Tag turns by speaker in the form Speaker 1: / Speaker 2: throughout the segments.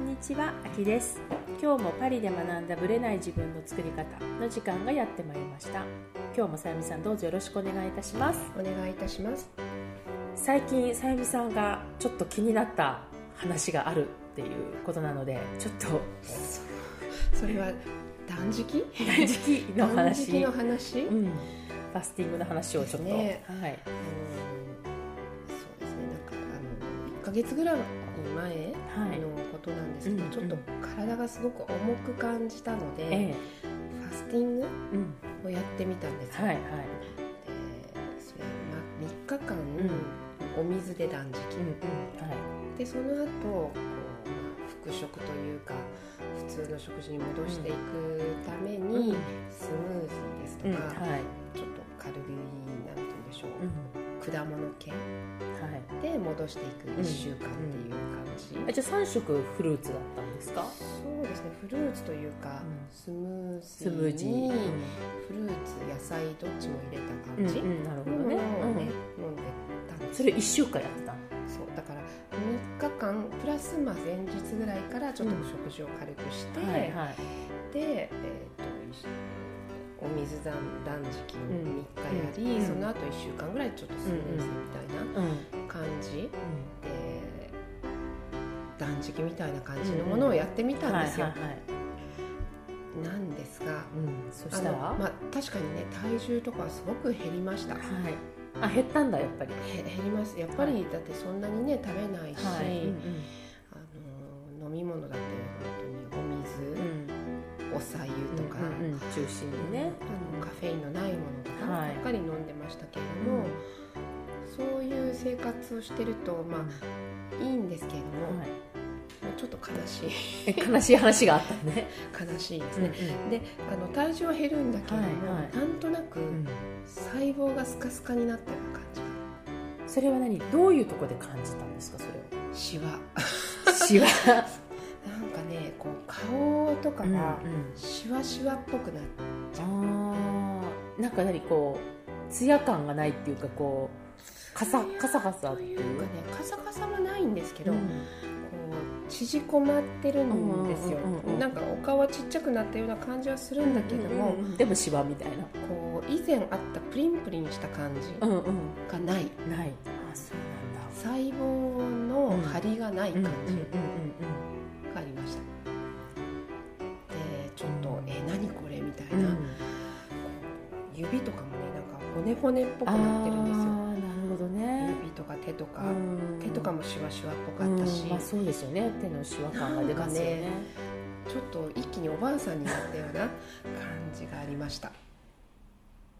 Speaker 1: にちは、あきです今日もパリで学んだブレない自分の作り方の時間がやってまいりました今日もさゆみさんどうぞよろしくお願いいたします
Speaker 2: お願いいたします
Speaker 1: 最近さゆみさんがちょっと気になった話があるっていうことなのでちょっと
Speaker 2: それは断食
Speaker 1: 断食 の
Speaker 2: 断
Speaker 1: 話
Speaker 2: 食の話、
Speaker 1: うん、ファスティングの話をちょっと、
Speaker 2: ね
Speaker 1: はい、
Speaker 2: あのそうですねなんかあの一ヶ月ぐらい前
Speaker 1: はい
Speaker 2: のことなんですけど、
Speaker 1: うんうん
Speaker 2: ちょっと体がすごく重く感じたので、
Speaker 1: ええ
Speaker 2: ファスティング
Speaker 1: うん、
Speaker 2: をやってみたんですよ、
Speaker 1: はいはい
Speaker 2: で、それま、3日間、お水で断食、
Speaker 1: うんうんはい
Speaker 2: でその後こうまあ復食というか普通の食事に戻していくために、
Speaker 1: うん
Speaker 2: スムージーですと
Speaker 1: うん
Speaker 2: か、
Speaker 1: はい
Speaker 2: ちょっと軽いなんて言うんでしょう、
Speaker 1: うん
Speaker 2: 果物系
Speaker 1: はい
Speaker 2: で戻していく1週間っていう感じ、
Speaker 1: えじゃあ3食フルーツだったんですか
Speaker 2: そうですねフルーツというか、
Speaker 1: うん
Speaker 2: スムー
Speaker 1: スムー
Speaker 2: ジ
Speaker 1: ジ
Speaker 2: ー
Speaker 1: ー
Speaker 2: にフルーツ野菜どっちも入れ
Speaker 1: う
Speaker 2: た
Speaker 1: ん
Speaker 2: 感じ、
Speaker 1: うんなるほどね、
Speaker 2: ものをね、
Speaker 1: う
Speaker 2: 飲んでたんで
Speaker 1: ん、
Speaker 2: す
Speaker 1: それ1週間やってたの
Speaker 2: そうだから3日間プラスまあ前日ぐらいからちょっとお食事を軽くして、
Speaker 1: はいはい
Speaker 2: で、えー、とお水断断食を
Speaker 1: うん
Speaker 2: 3日やり、
Speaker 1: うん
Speaker 2: その後1週間ぐらいちょっとスムージーみたいな
Speaker 1: うん
Speaker 2: 感じで断食みたいな感じのものをやってみたんですよ、
Speaker 1: はいはいはい
Speaker 2: なんですが
Speaker 1: うん、そしたら、
Speaker 2: あのまあ、確かにね体重とかはすごく減りましたへ
Speaker 1: はいあ減ったんだやっぱり
Speaker 2: 減りますやっぱ
Speaker 1: は
Speaker 2: りだってそんなにね食べないし、
Speaker 1: はい、うん
Speaker 2: あの飲み物だって本当にお水、
Speaker 1: うん
Speaker 2: お茶湯とか、
Speaker 1: うんうんうん中心にね、
Speaker 2: あのカフェインのないものとかば
Speaker 1: はい
Speaker 2: っかり飲んでましたけれども、そういう生活をしてるとまあいいんですけれども、
Speaker 1: は
Speaker 2: もうちょっと悲しい
Speaker 1: い、え悲しい話があったね、
Speaker 2: 悲しいです
Speaker 1: う ん
Speaker 2: ね、であの体重は減るんだけれども、
Speaker 1: はいはい
Speaker 2: なんとなく
Speaker 1: うん
Speaker 2: 細胞がスカスカになったような感じ
Speaker 1: それは何どういうとこで感じたんですかそれを
Speaker 2: シワ
Speaker 1: シ ワ
Speaker 2: なんかねこう顔とかが
Speaker 1: うん
Speaker 2: シワシワっぽくなって
Speaker 1: あーなんか何こうツヤ感がないっていうかこうカサカサカサって
Speaker 2: と
Speaker 1: い
Speaker 2: いううかねカサカサはないんですけど、
Speaker 1: う
Speaker 2: こ
Speaker 1: ん
Speaker 2: う縮こまってるんですよ、
Speaker 1: うんうんうんうん
Speaker 2: なんかお顔はちっちゃくなったような感じはするんだけども、
Speaker 1: うんうんでもシワみたいな
Speaker 2: こう以前あったプリンプリンした感じ
Speaker 1: うんう
Speaker 2: がない、
Speaker 1: んないあそうなんだ
Speaker 2: 細胞の張りがない
Speaker 1: うん
Speaker 2: 感
Speaker 1: うん
Speaker 2: じ
Speaker 1: う
Speaker 2: がありました、でちょっと「えー何これ?」みたい
Speaker 1: んうんうん
Speaker 2: な、
Speaker 1: うん
Speaker 2: 指とかもねなんか骨骨っぽく
Speaker 1: あー
Speaker 2: なってるんですよ
Speaker 1: なるほどね
Speaker 2: 指とか手とか、
Speaker 1: うん
Speaker 2: 手とかもシワシワっぽかったし、
Speaker 1: うんまあ、そうですよね手のシワ感が出ますよね
Speaker 2: なんちょっと一気におばあさんになったような感じがありました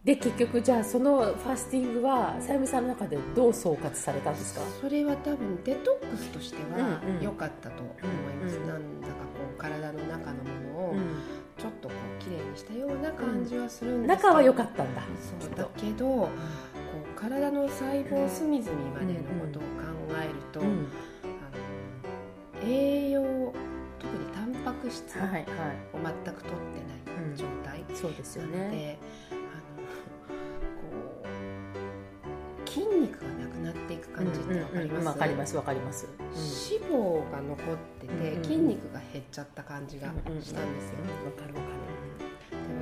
Speaker 1: で結局じゃあそのファスティングはさゆみさんの中でどう総括されたんですか
Speaker 2: それは多分デトックスとしては
Speaker 1: うんうん
Speaker 2: 良かったと思います、
Speaker 1: うんうん
Speaker 2: なんだかこう体の中のものを
Speaker 1: う
Speaker 2: ちょっとこう綺麗にしたような感じはするん
Speaker 1: ん
Speaker 2: ですけど
Speaker 1: 中は良かったんだきっ
Speaker 2: そう
Speaker 1: と
Speaker 2: だけどこう体の細胞隅々までのことを考えると、
Speaker 1: うん
Speaker 2: あの栄養特にタンパク質を
Speaker 1: はいはい
Speaker 2: 全く取ってない状態
Speaker 1: そうですよ
Speaker 2: なの
Speaker 1: ね
Speaker 2: で、あのこう筋肉がなくなっていく感じってわかります、
Speaker 1: わかりますわかります
Speaker 2: 脂肪が残ってて、
Speaker 1: うんうん
Speaker 2: 筋肉が減っちゃった感じがしたんですよ、
Speaker 1: うんわかるわか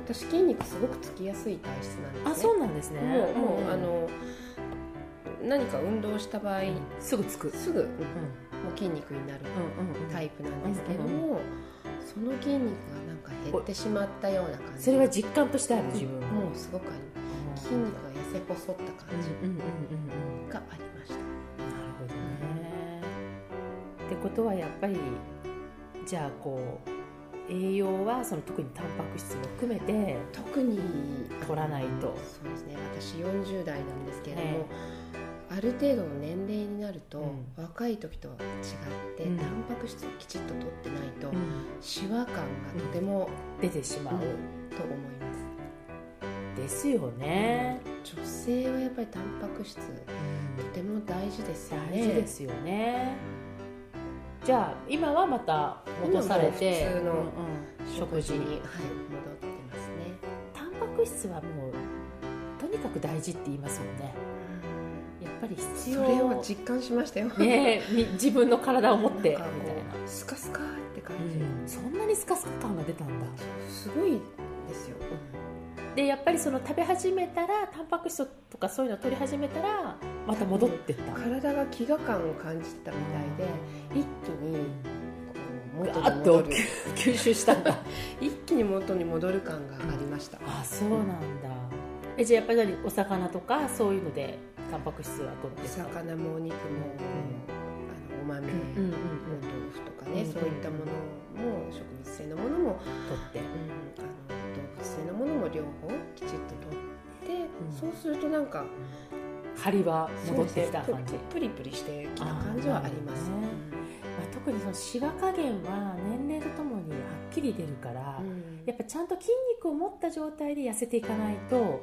Speaker 2: で私筋肉すごくつきやすい体質なんです、ね、
Speaker 1: るあそうなんですね
Speaker 2: もうもう、
Speaker 1: ん
Speaker 2: あの何か運動した場合、
Speaker 1: すぐつく
Speaker 2: すぐ、
Speaker 1: うん
Speaker 2: もう筋肉になる
Speaker 1: うんうん
Speaker 2: タイプなんですけども、その筋肉がなんか減ってしまったような感じ
Speaker 1: それは実感としてある自分
Speaker 2: もうすごくあります筋肉が痩せ細った
Speaker 1: うん
Speaker 2: 感じ
Speaker 1: うんうんうんうん
Speaker 2: がありまし
Speaker 1: な
Speaker 2: た、
Speaker 1: るほどね。ってことはやっぱりじゃあこう栄養はその特にタンパク質も含めて
Speaker 2: 特に
Speaker 1: 取らないと
Speaker 2: そうですね私40代なんですけれども、ある程度の年齢になると、
Speaker 1: うん
Speaker 2: 若い時とは違って、
Speaker 1: うん
Speaker 2: タンパク質をきちっと取ってないと、
Speaker 1: うん
Speaker 2: シワ感がとても、
Speaker 1: 出てしまう、
Speaker 2: と思います
Speaker 1: ですよね。
Speaker 2: 女性はやっぱりタンパク質とても大事ですよね
Speaker 1: 大事ですよね。じゃあ今はまた戻されてう
Speaker 2: 今もうん
Speaker 1: うん
Speaker 2: 普
Speaker 1: 食事
Speaker 2: はい戻
Speaker 1: に
Speaker 2: ってますね
Speaker 1: タンパク質はもうとにかく大事って言いますもんね。やっぱり必
Speaker 2: そ
Speaker 1: 要
Speaker 2: れを実感しましたよ、
Speaker 1: ねえみ自分の体を持ってみ
Speaker 2: なんかこう
Speaker 1: たいな。な、
Speaker 2: スカスカって感じ、
Speaker 1: うん、そんなにスカスカ感が出たんだ
Speaker 2: すごいですよ、
Speaker 1: でやっぱりその食べ始めたらタンパク質とかそういうのを取り始めたらまた戻ってった、
Speaker 2: 体が飢餓感を感じたみたいで一気にこう元
Speaker 1: ガー
Speaker 2: に
Speaker 1: ッと
Speaker 2: 戻る
Speaker 1: 吸収したんだ
Speaker 2: 一気に元に戻る感がありました
Speaker 1: あそうなんだえじゃあやっぱり何お魚とかそういうのでタンパク質は取って
Speaker 2: お
Speaker 1: る
Speaker 2: 魚もお肉も、あのお豆、
Speaker 1: うんうんうん
Speaker 2: お豆腐とかね、
Speaker 1: うん
Speaker 2: そういったものも植物性のものも、
Speaker 1: 取って
Speaker 2: あの動物性のものも両方きちっと取って、
Speaker 1: うん
Speaker 2: そうするとなんか
Speaker 1: 張りは戻ってきた感じ、
Speaker 2: そうですねプリプリしてきた感じはありま
Speaker 1: あ
Speaker 2: す
Speaker 1: ーなるまあ、特にそのシワ加減は年齢とともにはっきり出るから、
Speaker 2: うん
Speaker 1: やっぱちゃんと筋肉を持った状態で痩せていかないと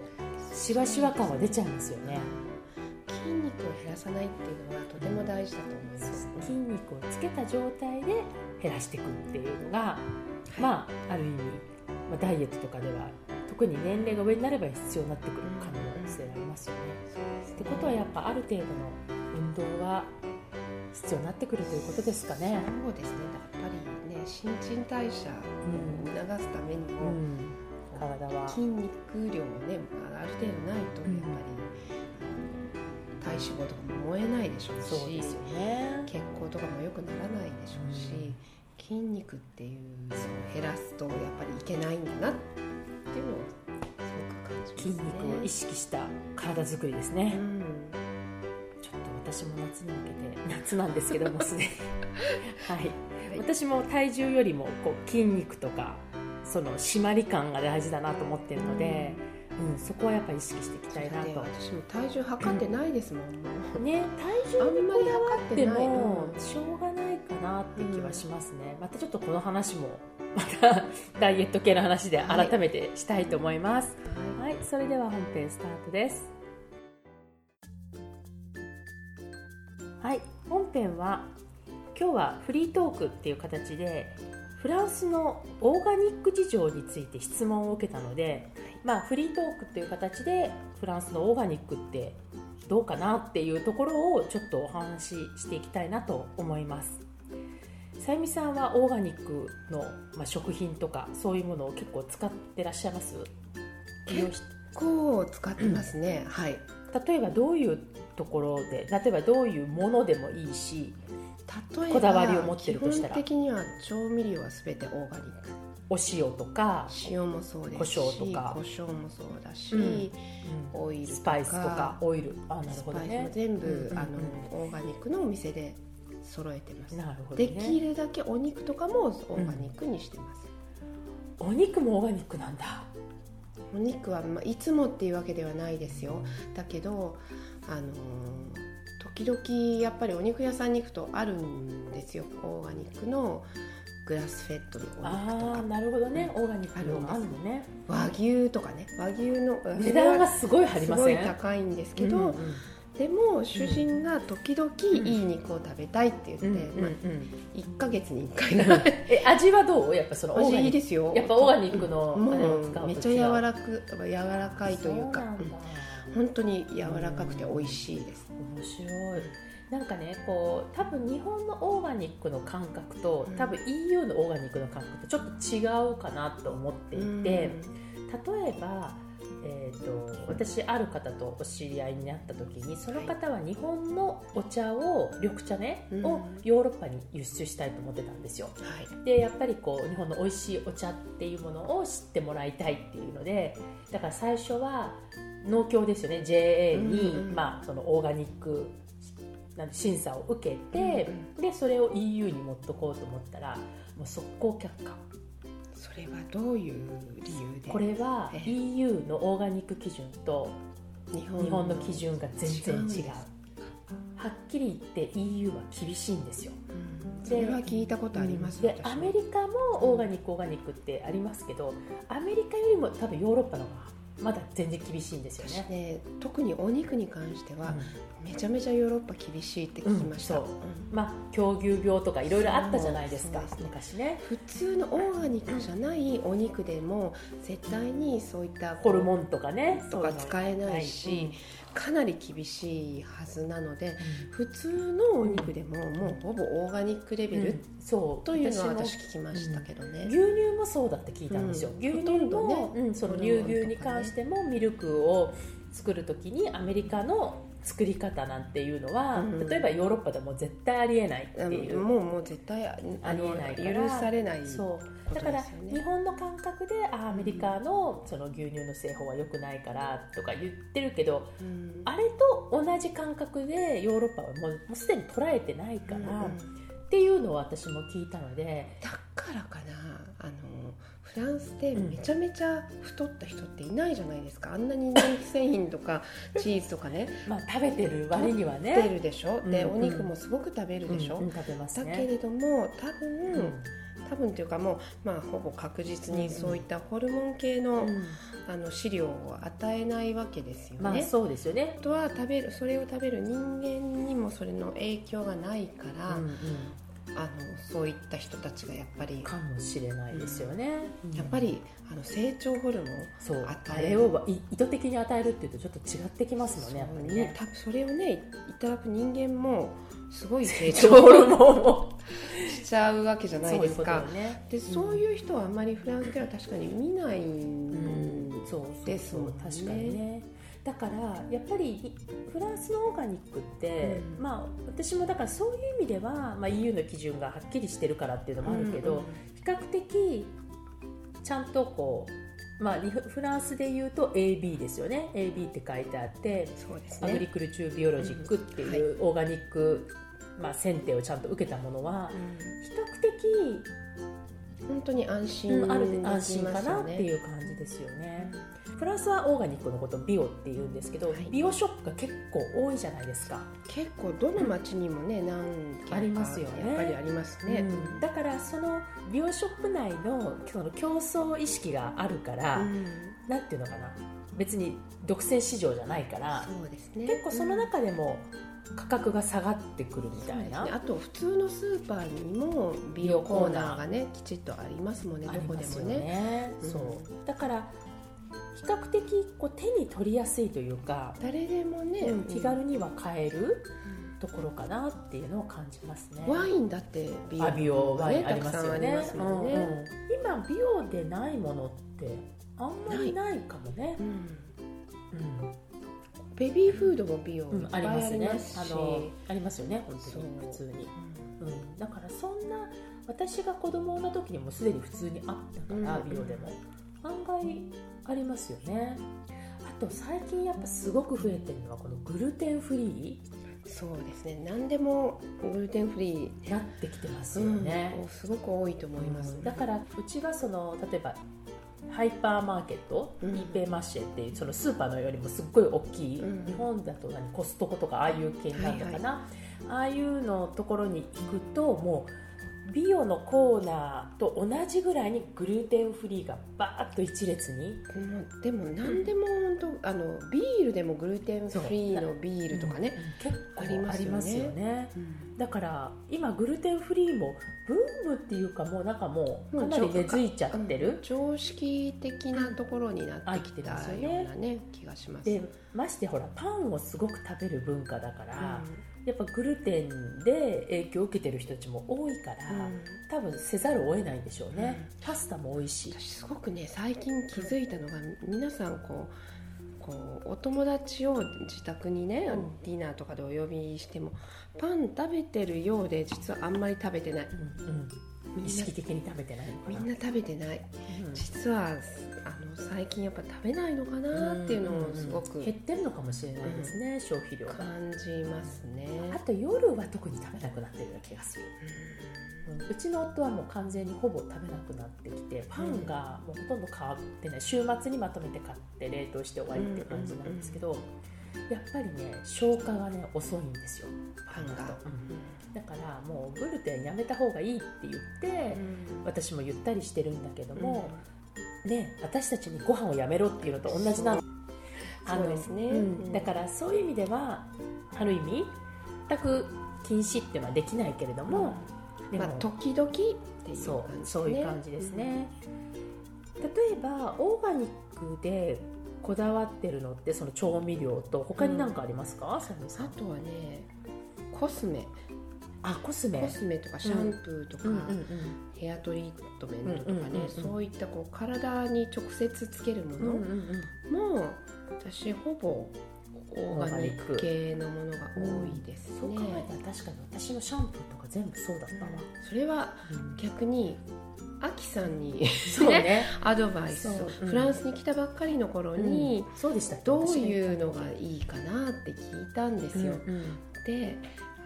Speaker 1: シワシワ感は出ちゃいますよね
Speaker 2: 筋肉を減らさないっていうのはとても大事だと思います、
Speaker 1: 筋肉をつけた状態で減らしていくっていうのが、まあある意味、まあ、ダイエットとかでは特に年齢が上になれば必要になってくる可能性がありますよね、ってことはやっぱある程度の運動は必要になってくるということですかね、
Speaker 2: そうですねやっぱりね新陳代謝
Speaker 1: う
Speaker 2: を
Speaker 1: ん
Speaker 2: 促すために
Speaker 1: う
Speaker 2: も、
Speaker 1: ん、体は
Speaker 2: 筋肉量もねある程度
Speaker 1: う
Speaker 2: ないと
Speaker 1: ん
Speaker 2: やっぱり体脂肪とかも燃えないでしょうし
Speaker 1: そうですよね
Speaker 2: 血行とかも良くならないでしょうし、筋肉っていうのを減らすとやっぱりいけないんだなっていうのをすごく感じます
Speaker 1: 筋
Speaker 2: ね
Speaker 1: 肉を意識した体づくりですね、
Speaker 2: うん
Speaker 1: ちょっと私も夏に向けて夏なんですけどもすで にはい
Speaker 2: はい
Speaker 1: 私も体重よりもこう筋肉とかその締まり感が大事だなと思ってるので、うんそこはやっぱり意識していき
Speaker 2: そ
Speaker 1: た
Speaker 2: う
Speaker 1: いな
Speaker 2: だね
Speaker 1: と、
Speaker 2: 私も体重測ってないですもん、もう
Speaker 1: ね体
Speaker 2: あ
Speaker 1: 重
Speaker 2: んまり測って
Speaker 1: で
Speaker 2: ない
Speaker 1: も
Speaker 2: うん
Speaker 1: しょうがないかなって気はしますね、またちょっとこの話もまたダイエット系の話で改めてしたいと思います、
Speaker 2: はい
Speaker 1: はい、それでは本編スタートです。はい、本編は今日はフリートークっていう形でフランスのオーガニック事情について質問を受けたので、まあフリートークっていう形でフランスのオーガニックってどうかなっていうところをちょっとお話ししていきたいなと思います。さゆみさんはオーガニックの、まあ、食品とかそういうものを結構使ってらっしゃいます利用し
Speaker 2: こう使ってますね、はい
Speaker 1: 例えばどういうところで例えばどういうものでもいいし
Speaker 2: 例えば
Speaker 1: こだわりを持ってるとしたら
Speaker 2: 基本的には調味料は全てオーガニック
Speaker 1: お塩とか、
Speaker 2: 塩もそうですし
Speaker 1: 胡椒とか
Speaker 2: 胡椒もそうだし、
Speaker 1: うん
Speaker 2: オイルとか
Speaker 1: スパイスとかオイルあなる
Speaker 2: ス
Speaker 1: ほ
Speaker 2: パ
Speaker 1: ど
Speaker 2: イスも
Speaker 1: ね
Speaker 2: 全部、
Speaker 1: うんうんうん
Speaker 2: あのオーガニックのお店で揃えてます、
Speaker 1: なるほど
Speaker 2: でき
Speaker 1: ね
Speaker 2: るだけお肉とかもオーガニックにしてます、
Speaker 1: お肉もオーガニックなんだ
Speaker 2: お肉は、まあ、いつもっていうわけではないですよだけどあのー時々やっぱりお肉屋さんに行くとあるんですよオーガニックのグラスフェッドのお肉と
Speaker 1: あ
Speaker 2: か
Speaker 1: あなるほどねオーガニックのがあ
Speaker 2: あ
Speaker 1: る
Speaker 2: る
Speaker 1: のね
Speaker 2: 和牛とかね和牛の
Speaker 1: 値段がすごい張り
Speaker 2: す
Speaker 1: ま
Speaker 2: ご
Speaker 1: せ
Speaker 2: い
Speaker 1: ん
Speaker 2: 高いんですけど、
Speaker 1: うんうん
Speaker 2: でも主人が時々いい肉を食べたいって言って、
Speaker 1: うんうんう
Speaker 2: まあ、
Speaker 1: ん
Speaker 2: 1か月に1回ぐ らい
Speaker 1: え味はどうやっぱそのオーガ
Speaker 2: 味いい
Speaker 1: ニッ
Speaker 2: です よ
Speaker 1: やっぱオーガニックの
Speaker 2: も
Speaker 1: あれを使うと違
Speaker 2: う
Speaker 1: う
Speaker 2: めっちゃ柔らか柔ら
Speaker 1: ク
Speaker 2: かいというか
Speaker 1: そなん
Speaker 2: うん
Speaker 1: だ
Speaker 2: 本当に柔らかくて美味しいです、
Speaker 1: 面白いなんかねこう多分日本のオーガニックの感覚と
Speaker 2: うん
Speaker 1: 多分 EU のオーガニックの感覚とちょっと違うかなと思っていて、
Speaker 2: うん
Speaker 1: 例えば、えー、と私ある方とお知り合いになった時にその方は日本のお茶を緑茶ね、
Speaker 2: うん
Speaker 1: をヨーロッパに輸出したいと思ってたんですよ。
Speaker 2: はい
Speaker 1: でやっぱりこう日本の美味しいお茶っていうものを知ってもらいたいっていうのでだから最初は農協ですよね JA に、
Speaker 2: うんうん
Speaker 1: まあ、そのオーガニックなんて審査を受けて、でそれを EU に持っとこうと思ったらもう速攻却下
Speaker 2: それはどういう理由で
Speaker 1: これは
Speaker 2: ええ
Speaker 1: EU のオーガニック基準と
Speaker 2: 日
Speaker 1: 日本の基準が全然違う
Speaker 2: 違う
Speaker 1: はっきり言って EU は厳しいんですよ
Speaker 2: うんそれは聞いたことあります
Speaker 1: で
Speaker 2: 私も
Speaker 1: アメリカもオーガニックオーガニックってありますけどアメリカよりも多分ヨーロッパの方がまだ全然厳しいんですよ
Speaker 2: 私
Speaker 1: ね。
Speaker 2: ね特にお肉に関しては、
Speaker 1: うん
Speaker 2: めちゃめちゃヨーロッパ厳しいって聞きました、
Speaker 1: うんそうんまあ、狂牛病とかいろいろあったじゃないですか
Speaker 2: そうです
Speaker 1: 昔
Speaker 2: ね
Speaker 1: ね
Speaker 2: 普通のオーガニックじゃないお肉でも絶対にそういった
Speaker 1: ホルモンとかね
Speaker 2: とか
Speaker 1: え
Speaker 2: 使えないし、かなり厳しいはずなので普通のお肉でももうほぼオーガニックレベル、
Speaker 1: そう
Speaker 2: というのは
Speaker 1: 私も
Speaker 2: 私聞きましたけどね
Speaker 1: 牛、乳もそうだって聞いたんですよ、
Speaker 2: うん
Speaker 1: 牛乳
Speaker 2: ほとんど
Speaker 1: も、
Speaker 2: ね
Speaker 1: うん、その
Speaker 2: ホ
Speaker 1: 乳
Speaker 2: ルモンとかね
Speaker 1: 牛に関してもミルクを作る時にアメリカの作り方なんていうのは、
Speaker 2: うん
Speaker 1: 例えばヨーロッパでも絶対ありえないって
Speaker 2: あの
Speaker 1: いう、
Speaker 2: もうもう絶対あの
Speaker 1: ありえないから
Speaker 2: 許されない
Speaker 1: そう
Speaker 2: こと
Speaker 1: だから
Speaker 2: ですよね
Speaker 1: 日本の感覚であアメリカのその牛乳の製法は良くないからとか言ってるけど
Speaker 2: うん
Speaker 1: あれと同じ感覚でヨーロッパはもうもうすでに捉えてないから、っていうのを私も聞いたので
Speaker 2: だからかなあのフランスでめちゃめちゃ太った人っていないじゃないですか、あんなに人気製品 とかチーズとかね
Speaker 1: まあ食べてる割には
Speaker 2: 出
Speaker 1: ね
Speaker 2: るでしょ、で
Speaker 1: うん
Speaker 2: お
Speaker 1: うん
Speaker 2: 肉もすごく食べるでしょ、
Speaker 1: うんうん食べます
Speaker 2: だ
Speaker 1: ね
Speaker 2: けれども多分、
Speaker 1: うん
Speaker 2: 多分というかもう、まあ、ほぼ確実
Speaker 1: うん
Speaker 2: に
Speaker 1: うん
Speaker 2: そういったホルモン系の,、
Speaker 1: うん
Speaker 2: あの飼料を与えないわけですよね。
Speaker 1: まあそうですよね
Speaker 2: あとは食べるそれを食べる人間にもそれの影響がないか
Speaker 1: う
Speaker 2: ら、
Speaker 1: んうん
Speaker 2: あのそういった人たちがやっぱり
Speaker 1: かもしれないですよね
Speaker 2: やっぱりあの成長ホルモン
Speaker 1: そう
Speaker 2: 与
Speaker 1: あ
Speaker 2: え
Speaker 1: れ
Speaker 2: る
Speaker 1: をい意図的に与えるっていうとちょっと違ってきますもんねやっぱりね
Speaker 2: そう多分それをねいただく人間もすごい成
Speaker 1: ちょ ホ
Speaker 2: 長ホ
Speaker 1: ル
Speaker 2: ルモ
Speaker 1: モンも
Speaker 2: ンしちゃうわけじゃないですか
Speaker 1: そういうことよね
Speaker 2: でそういう人はあんまりフランスでは確かに見ない
Speaker 1: う
Speaker 2: ん
Speaker 1: んそうそう
Speaker 2: ですもんね
Speaker 1: 確かにねだからやっぱりフランスのオーガニックって、
Speaker 2: うん
Speaker 1: まあ、私もだからそういう意味では、まあ、EU の基準がはっきりしてるからっていうのもあるけど、
Speaker 2: うんうん
Speaker 1: 比較的ちゃんとこう、まあ、リフフランスでいうと AB ですよね AB って書いてあって
Speaker 2: そうです
Speaker 1: アグリ
Speaker 2: ね、
Speaker 1: クルチュービオロジックっていうオーガニック、まあ、選定をちゃんと受けたものは
Speaker 2: う
Speaker 1: 比較的
Speaker 2: ん本当に安心
Speaker 1: うん、ある
Speaker 2: できま
Speaker 1: 安
Speaker 2: す
Speaker 1: 心かな
Speaker 2: よ
Speaker 1: って
Speaker 2: ね
Speaker 1: いう感じですよね。フランスはオーガニックのことをビオって言うんですけど、
Speaker 2: はい
Speaker 1: ビオショップが結構多いじゃないですか、
Speaker 2: 結構どの町にもね何軒か
Speaker 1: ありますよね
Speaker 2: やっぱりありますね、
Speaker 1: うんだからそのビオショップ内のその競争意識があるから、
Speaker 2: うん
Speaker 1: なんていうのかな別に独占市場じゃないから
Speaker 2: そうですね
Speaker 1: 結構その中でも価格が下がってくるみた
Speaker 2: そうで
Speaker 1: い
Speaker 2: す
Speaker 1: な、
Speaker 2: ね、あと普通のスーパーにも美容コーナーがねきちっとありますもんねど
Speaker 1: あり
Speaker 2: こ
Speaker 1: ま
Speaker 2: ですも
Speaker 1: よ
Speaker 2: ね
Speaker 1: ね
Speaker 2: うん
Speaker 1: そうだから比較的こう手に取りやすいというか、
Speaker 2: 誰でもね、
Speaker 1: うん気軽には買える
Speaker 2: うん
Speaker 1: ところかなっていうのを感じますね。
Speaker 2: ワインだって美
Speaker 1: あ美容
Speaker 2: 容
Speaker 1: ワインあ
Speaker 2: た
Speaker 1: り
Speaker 2: く
Speaker 1: ま
Speaker 2: さ
Speaker 1: す
Speaker 2: ん
Speaker 1: よ
Speaker 2: ありま
Speaker 1: ね
Speaker 2: すもんね、
Speaker 1: うんうん今美容でないものってあんまりないかもね、
Speaker 2: うん
Speaker 1: うん
Speaker 2: ベビーフードも美容
Speaker 1: うん
Speaker 2: いっぱ
Speaker 1: あ
Speaker 2: い
Speaker 1: りま
Speaker 2: あ
Speaker 1: す
Speaker 2: り
Speaker 1: ね
Speaker 2: ます
Speaker 1: あ
Speaker 2: し、
Speaker 1: のありますよね本当
Speaker 2: そう
Speaker 1: に普通に、
Speaker 2: うん
Speaker 1: うん、だからそんな私が子供の時にもすでに普通にあったから、
Speaker 2: うん
Speaker 1: 美容でも案外ありますよねあと最近やっぱすごく増えてるのはこのグルテンフリ
Speaker 2: そうですね何でもグルテンフリ
Speaker 1: ー
Speaker 2: ー
Speaker 1: になってきてますよね、
Speaker 2: うんすごく多いと思いま
Speaker 1: う
Speaker 2: す、
Speaker 1: んだからうちはその例えばハイパーマーケット、
Speaker 2: うん
Speaker 1: イーペーマッシェっていうそのスーパーのよりもすっごい大きい、
Speaker 2: うん
Speaker 1: 日本だと何コストコとかああいう系になるのかな、ああいうのところに行くともうビオのコーナーと同じぐらいにグルテンフリーがバーッと一列に
Speaker 2: もうでも何でも本当あのビールでもグルテンフリーのビールとかね、
Speaker 1: 結構
Speaker 2: ありま
Speaker 1: あ
Speaker 2: す
Speaker 1: り
Speaker 2: よね
Speaker 1: ますよね。だから今グルテンフリーもブームっていうかもうなんかもうかなり根付いちゃってる
Speaker 2: 常識的なところになってきた
Speaker 1: あ来てますよね
Speaker 2: ようなね気がします。
Speaker 1: でましてほらパンをすごく食べる文化だか
Speaker 2: う
Speaker 1: ら、
Speaker 2: ん
Speaker 1: やっぱグルテンで影響を受けてる人たちも多いから、
Speaker 2: うん
Speaker 1: 多分せざるを得ないんでしょうね、パスタも美味しい
Speaker 2: 私すごくね最近気づいたのが皆さんこうこうお友達を自宅にね、
Speaker 1: うん
Speaker 2: ディナーとかでお呼びしてもパン食べてるようで実はあんまり食べてない
Speaker 1: うんうん、意識的に食べてないのか
Speaker 2: み
Speaker 1: なん
Speaker 2: な食べてない
Speaker 1: うん
Speaker 2: 実はあの最近やっぱ食べないのかなっていうのをすご
Speaker 1: うん
Speaker 2: く
Speaker 1: 減ってるのかもしれないですね、消費量が
Speaker 2: 感じますね。
Speaker 1: あと夜は特に食べなくなってるような気がする、うんうちの夫はもう完全にほぼ食べなくなってきてパンがもうほとんど買ってない週末にまとめて買って冷凍して終わりって感じなんですけど、やっぱりね消化がね遅いんですよ
Speaker 2: パンが、
Speaker 1: だからもうグルテンやめた方がいいって言って、
Speaker 2: うん
Speaker 1: 私も言ったりしてるんだけども、ね、私たちにご飯をやめろっていうのと同じなのあの
Speaker 2: そうですね
Speaker 1: うん
Speaker 2: うん
Speaker 1: だからそういう意味ではある意味全く禁止っていうのはできないけれども、で
Speaker 2: まあ
Speaker 1: も、
Speaker 2: 時々っていう感じ、ね、
Speaker 1: そうそういう感じですね、例えばオーガニックでこだわってるのってその調味料と他に何かありますか、サム
Speaker 2: う
Speaker 1: さ
Speaker 2: ん。
Speaker 1: ん
Speaker 2: あとはねコスメ
Speaker 1: あコスメ
Speaker 2: コスメとかシャンプーとか、
Speaker 1: うんうんうん
Speaker 2: ヘアトリートメントとか
Speaker 1: う
Speaker 2: ね、
Speaker 1: んうんうんうん
Speaker 2: そういったこう体に直接つけるも
Speaker 1: うんうん
Speaker 2: の
Speaker 1: うん
Speaker 2: も、私ほぼオーガニック系のものが多いですね、
Speaker 1: そう考えたら確かに私のシャンプーとか全部そうだったわ、
Speaker 2: それは
Speaker 1: うん
Speaker 2: 逆にアキさ んに
Speaker 1: そうね
Speaker 2: アドバイスを
Speaker 1: そううん
Speaker 2: フランスに来たばっかりの頃に、
Speaker 1: そうでした
Speaker 2: どういうのがいいかなって聞いたんですよ、
Speaker 1: うんうん
Speaker 2: で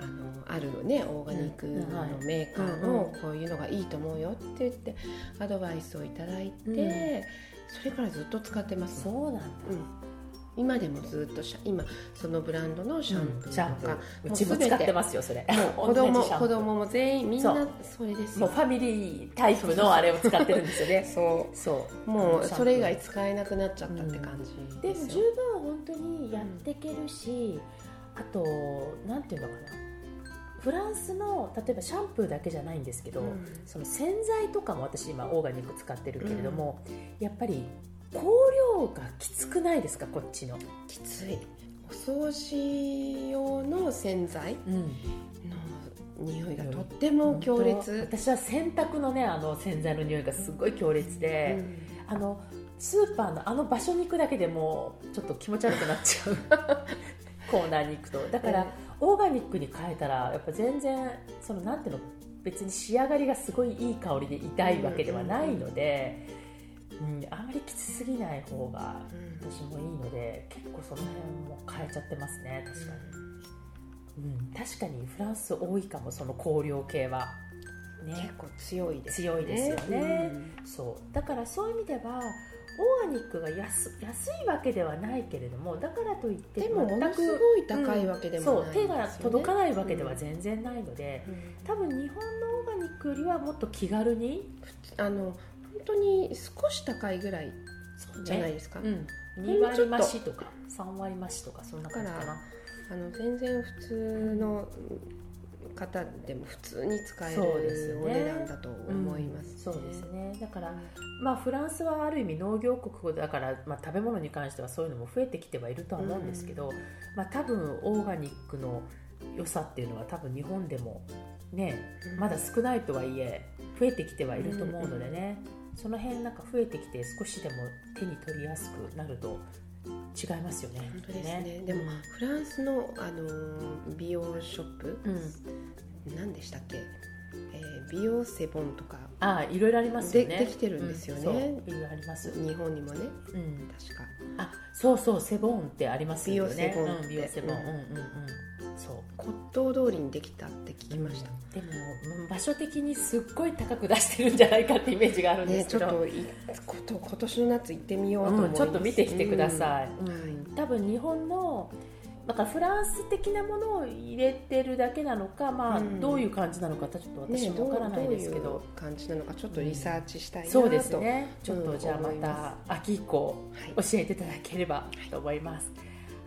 Speaker 2: あのあるねオーガニックの
Speaker 1: うんはい
Speaker 2: メーカー
Speaker 1: うん
Speaker 2: のこういうのがいいと思うよって言ってアドバイスをいただいて、
Speaker 1: うん
Speaker 2: それからずっと使ってます
Speaker 1: そ
Speaker 2: もん
Speaker 1: うなんだ
Speaker 2: うん今でもずっとシャ今そのブランドのシャンプ
Speaker 1: シャ
Speaker 2: ー
Speaker 1: ン
Speaker 2: と
Speaker 1: プ
Speaker 2: か、
Speaker 1: ーうちも使ってますよそれ
Speaker 2: もう 子供
Speaker 1: 同じシャンプ
Speaker 2: 子
Speaker 1: ー
Speaker 2: 供も全員みん
Speaker 1: そ
Speaker 2: な
Speaker 1: う
Speaker 2: それです
Speaker 1: もう
Speaker 2: よ
Speaker 1: ファミリータイプのあれを使ってるんですよね
Speaker 2: そう
Speaker 1: そう
Speaker 2: もうそれ以外使えなくなっちゃったって感じ
Speaker 1: でも
Speaker 2: す
Speaker 1: 十
Speaker 2: よ
Speaker 1: 分本当にやっていけるし、あとなんていうのかなフランスの例えばシャンプーだけじゃないんですけど、
Speaker 2: うん
Speaker 1: その洗剤とかも私今オーガニック使ってるけれども、やっぱり香料がきつくないですかこっちの、
Speaker 2: きついお掃除用の洗剤の匂いがとっても強烈、
Speaker 1: 私は洗濯のねあの洗剤の匂いがすごい強烈
Speaker 2: う
Speaker 1: で、
Speaker 2: ん
Speaker 1: あのスーパーのあの場所に行くだけでもうちょっと気持ち悪くなっち ゃうコーナーに行くとだから、
Speaker 2: うん
Speaker 1: オーガニックに変えたらやっぱ全然そのなんていうの別に仕上がりがすごいいい香りで痛いわけではないので、うんあまりきつすぎない方が
Speaker 2: うん
Speaker 1: 私もいいので結構その辺も変えちゃってますね確かに、うん、確かにフランス多いかもその香料系はね
Speaker 2: 結構強いです
Speaker 1: 強いですよね
Speaker 2: うん
Speaker 1: そうだからそういう意味ではオーガニックが安安いわけではないけれどもだからといって
Speaker 2: でもものすごい高いわけでも
Speaker 1: そ
Speaker 2: な
Speaker 1: う
Speaker 2: いですよ
Speaker 1: 手
Speaker 2: ね、
Speaker 1: が届かないわけでは
Speaker 2: うん
Speaker 1: 全然ないので、
Speaker 2: うん
Speaker 1: 多分日本のオーガニックよりはもっと気軽に
Speaker 2: あの本当に少し高いぐらいじゃない
Speaker 1: で
Speaker 2: ですか、
Speaker 1: うん、
Speaker 2: ほん
Speaker 1: 2
Speaker 2: のちょっと
Speaker 1: 割増しとか3割増しとかそんな感じか
Speaker 2: だか
Speaker 1: な
Speaker 2: あの全然普通の方でも普通に使える
Speaker 1: そうですね
Speaker 2: お値段だと思います、
Speaker 1: うんそうですねだから、まあ、フランスはある意味農業国だから、まあ、食べ物に関してはそういうのも増えてきてはいるとは思うんですけど、まあ、多分オーガニックの良さっていうのは多分日本でもね
Speaker 2: うん
Speaker 1: まだ少ないとはいえ増えてきてはいると思うのでね、その辺なんか増えてきて少しでも手に取りやすくなると違いますよね。
Speaker 2: 本当ですねでもフランスの、あのー美容ショップ、何でしたっけ、えー美容セボンとか
Speaker 1: ああいろいろありますよね。
Speaker 2: でできてるんですよね
Speaker 1: うんそういろいろあります。
Speaker 2: 日本にもね
Speaker 1: うん
Speaker 2: 確か
Speaker 1: あそうそうセボンってありますよね
Speaker 2: 美容セボンって
Speaker 1: うん、美容セボン、
Speaker 2: う
Speaker 1: うんん、うんうんそう
Speaker 2: 骨董通りにできたって聞きました、
Speaker 1: でもうん場所的にすっごい高く出してるんじゃないかってイメージがあるんで
Speaker 2: ね
Speaker 1: す
Speaker 2: ちょ
Speaker 1: け
Speaker 2: っ
Speaker 1: ど、
Speaker 2: といこと今年の夏行ってみようと思い
Speaker 1: うん、
Speaker 2: ます、
Speaker 1: ちょっと見てきてください、
Speaker 2: うん
Speaker 1: うん多分日本のなんかフランス的なものを入れてるだけなのか、まあ
Speaker 2: うん
Speaker 1: どういう感じなのかちょっと
Speaker 2: ね
Speaker 1: 私もわからないですけ
Speaker 2: どう
Speaker 1: ど,、
Speaker 2: いう感じなのかちょっとリサーチしたいなと、
Speaker 1: そうですねちょっ
Speaker 2: う
Speaker 1: と
Speaker 2: ん
Speaker 1: じゃあま
Speaker 2: 思いま
Speaker 1: た秋以降
Speaker 2: はい
Speaker 1: 教えていただければと思います。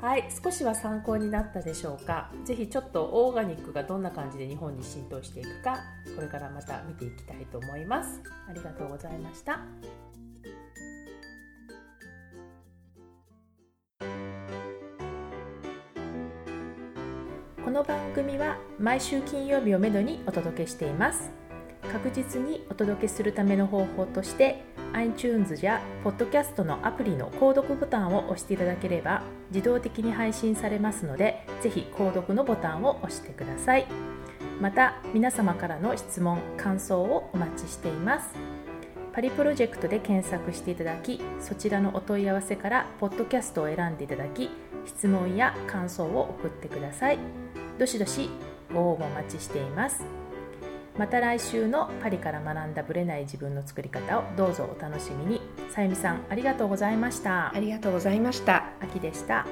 Speaker 1: はい、少しは参考になったでしょうか。ぜひちょっとオーガニックがどんな感じで日本に浸透していくか、これからまた見ていきたいと思います。ありがとうございました。この番組は毎週金曜日をめどにお届けしています。確実にお届けするための方法として iTunes や Podcast のアプリの購読ボタンを押していただければ自動的に配信されますのでぜひ購読のボタンを押してくださいまた皆様からの質問感想をお待ちしていますパリプロジェクトで検索していただきそちらのお問い合わせからポッドキャストを選んでいただき質問や感想を送ってくださいどしどしご応募お待ちしていますまた来週のパリから学んだブレない自分の作り方をどうぞお楽しみにさゆみさんありがとうございました
Speaker 2: ありがとうございました
Speaker 1: 秋でした